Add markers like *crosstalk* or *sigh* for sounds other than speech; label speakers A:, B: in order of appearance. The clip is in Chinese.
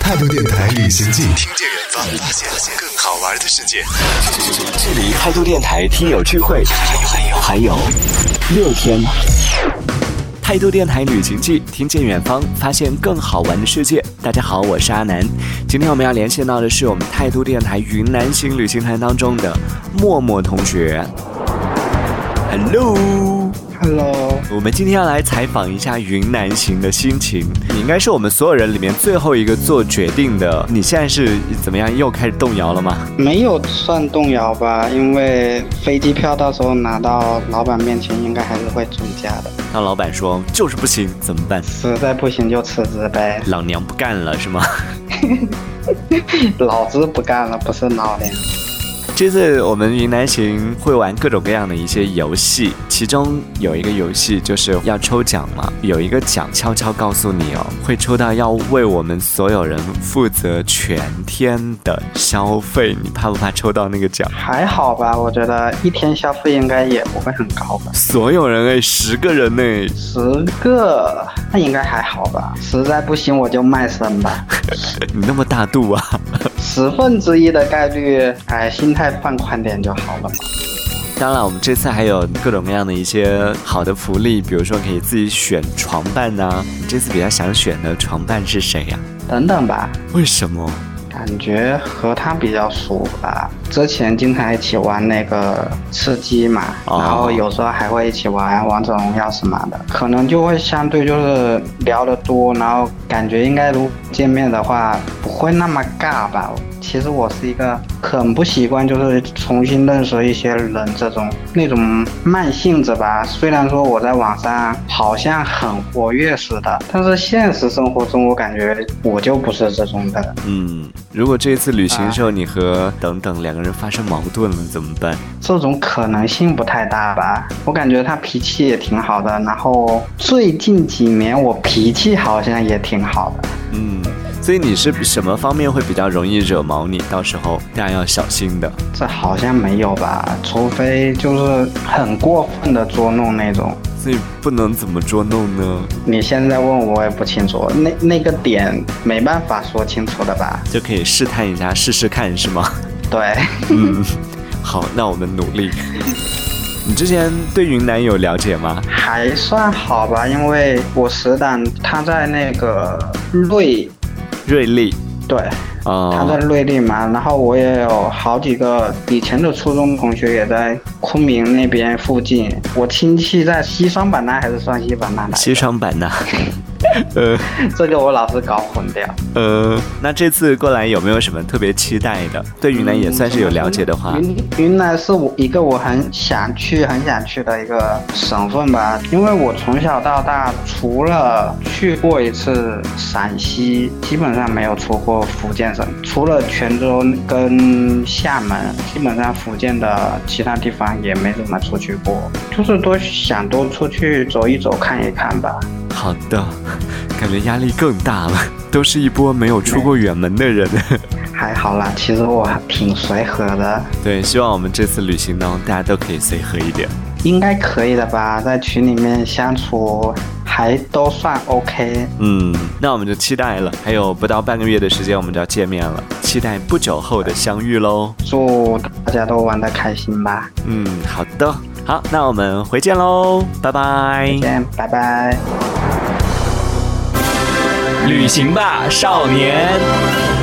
A: 态度电台旅行记，听见远方，发现更好玩的世界。
B: 这里态度电台听友聚会，还有还有六天。态度电台旅行记，听见远方，发现更好玩的世界。大家好，我是阿南。今天我们要连线到的是我们态度电台云南新旅行团当中的默默同学。Hello。
C: Hello，
B: 我们今天要来采访一下云南行的心情。你应该是我们所有人里面最后一个做决定的。你现在是怎么样？又开始动摇了吗？
C: 没有算动摇吧，因为飞机票到时候拿到老板面前，应该还是会准假的。
B: 那老板说就是不行，怎么办？
C: 实在不行就辞职呗，
B: 老娘不干了 *laughs* 是吗？
C: 老子不干了，不是老娘。
B: 这次我们云南行会玩各种各样的一些游戏，其中有一个游戏就是要抽奖嘛，有一个奖悄悄告诉你哦，会抽到要为我们所有人负责全天的消费，你怕不怕抽到那个奖？
C: 还好吧，我觉得一天消费应该也不会很高吧，
B: 所有人哎，十个人哎，
C: 十个那应该还好吧。实在不行我就卖身吧，
B: 你那么大度啊！
C: 十分之一的概率，哎，心态放宽点就好了嘛。
B: 当然，我们这次还有各种各样的一些好的福利，比如说可以自己选床伴呐、你这次比较想选的床伴是谁啊呀、
C: 等等吧，
B: 为什么？
C: 感觉和他比较熟吧，之前经常一起玩那个吃鸡嘛，
B: 哦
C: 然后有时候还会一起玩王者荣耀什么的，可能就会相对就是聊得多，然后感觉应该如果见面的话不会那么尬吧。其实我是一个很不习惯就是重新认识一些人这种那种慢性子吧。虽然说我在网上好像很活跃似的，但是现实生活中我感觉我就不是这种的人。
B: 嗯，如果这一次旅行的时候你和等等两个人发生矛盾了怎么办？
C: 这种可能性不太大吧。我感觉他脾气也挺好的，然后最近几年我脾气好像也挺好的。
B: 嗯，所以你是什么方面会比较容易惹毛你？到时候大家要小心的。
C: 这好像没有吧，除非就是很过分的捉弄那种。
B: 所以不能怎么捉弄呢？
C: 你现在问我也不清楚，那那个点没办法说清楚的吧？
B: 就可以试探一下，试试看是 *laughs* 吗？
C: 对， *laughs*
B: 嗯，好，那我们努力。你之前对云南有了解吗？
C: 还算好吧，因为我死党他在那个瑞，
B: 瑞丽
C: 对，他在
B: 哦，
C: 瑞丽嘛，然后我也有好几个以前的初中同学也在昆明那边附近，我亲戚在西双版纳还是双溪版纳来的
B: 西，双版纳。 *laughs* 呃
C: 这个我老是搞混掉。
B: 呃，那这次过来有没有什么特别期待的？对云南也算是有了解的话，
C: 云云南是我一个我很想去、很想去的一个省份吧，因为我从小到大除了去过一次陕西，基本上没有出过福建省，除了泉州跟厦门，基本上福建的其他地方也没怎么出去过，就是多想多出去走一走、看一看吧。
B: 好的， *laughs* 感觉压力更大了。 *laughs* 都是一波没有出过远门的人。 *laughs*
C: 还好啦，其实我还挺随和的。
B: 对，希望我们这次旅行当中大家都可以随和一点。
C: 应该可以的吧，在群里面相处还都算 OK。
B: 嗯，那我们就期待了。还有不到半个月的时间，我们就要见面了，期待不久后的相遇喽。
C: 祝大家都玩得开心吧，
B: 嗯，好的，好，那我们回见喽，拜拜
C: 再。见，拜拜。
B: 旅行吧，少年。